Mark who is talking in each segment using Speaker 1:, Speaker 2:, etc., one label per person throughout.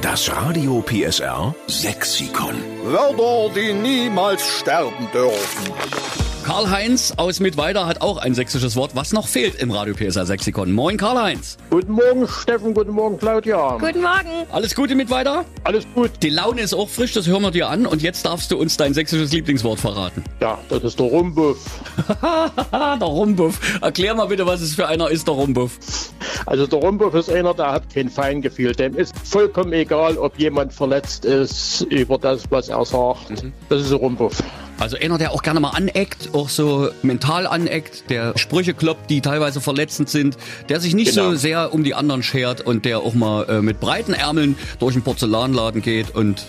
Speaker 1: Das Radio PSR Sexikon.
Speaker 2: Wörter, die niemals sterben dürfen.
Speaker 3: Karl-Heinz aus Mittweida hat auch ein sächsisches Wort, was noch fehlt im Radio PSR Sexikon. Moin Karl-Heinz.
Speaker 4: Guten Morgen, Steffen. Guten Morgen, Claudia.
Speaker 5: Guten Morgen.
Speaker 3: Alles Gute Mittweida?
Speaker 4: Alles gut?
Speaker 3: Die Laune ist auch frisch, das hören wir dir an. Und jetzt darfst du uns dein sächsisches Lieblingswort verraten.
Speaker 4: Ja, das ist der Rumbuff.
Speaker 3: der Rumbuff. Erklär mal bitte, was es für einer ist, der Rumbuff.
Speaker 4: Also der Rumbuff ist einer, der hat kein Feingefühl. Dem ist vollkommen egal, ob jemand verletzt ist über das, was er sagt.
Speaker 3: Mhm.
Speaker 4: Das ist der Rumbuff.
Speaker 3: Also einer, der auch gerne mal aneckt, auch so mental aneckt, der Sprüche kloppt, die teilweise verletzend sind, der sich nicht
Speaker 4: Genau.
Speaker 3: so sehr um die anderen schert und der auch mal äh, mit breiten Ärmeln durch einen Porzellanladen geht und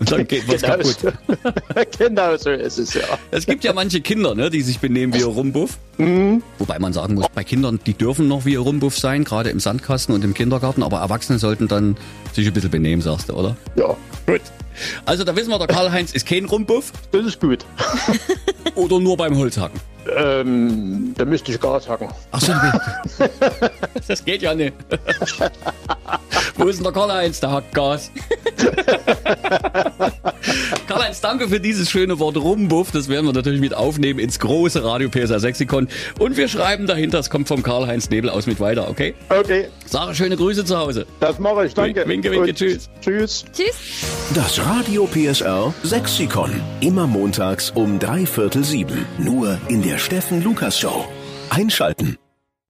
Speaker 3: dann geht was
Speaker 4: Genau
Speaker 3: kaputt.
Speaker 4: so. genau so ist es ja.
Speaker 3: Es gibt ja manche Kinder, ne, die sich benehmen wie ihr Rumbuff. Wobei man sagen muss, bei Kindern, die dürfen noch wie ihr Rumbuff sein, gerade im Sandkasten und im Kindergarten, aber Erwachsene sollten dann sich ein bisschen benehmen, sagst du, oder?
Speaker 4: Ja,
Speaker 3: Gut. Also da wissen wir, der Karl-Heinz ist kein Rumbuff
Speaker 4: das ist gut.
Speaker 3: oder nur beim Holzhacken.
Speaker 4: Ähm, da müsste ich Gas hacken.
Speaker 3: Ach so, du bist- das geht ja nicht. Wo ist denn der Karl-Heinz? Der hackt Gas. Karl-Heinz, danke für dieses schöne Wort Rumbuff. Das werden wir natürlich mit aufnehmen ins große Radio PSA Sexikon. Und wir schreiben dahinter, es kommt vom Karl-Heinz Nebel aus mit weiter, okay?
Speaker 4: Okay,
Speaker 3: Sarah, schöne Grüße zu Hause.
Speaker 4: das mache ich. Danke.
Speaker 3: Winke, winke,
Speaker 4: Und
Speaker 3: tschüss.
Speaker 4: Tschüss.
Speaker 5: Tschüss.
Speaker 1: Das Radio PSR Sexikon. Immer montags um drei Viertel sieben. Nur in der Steffen Lukas Show. Einschalten.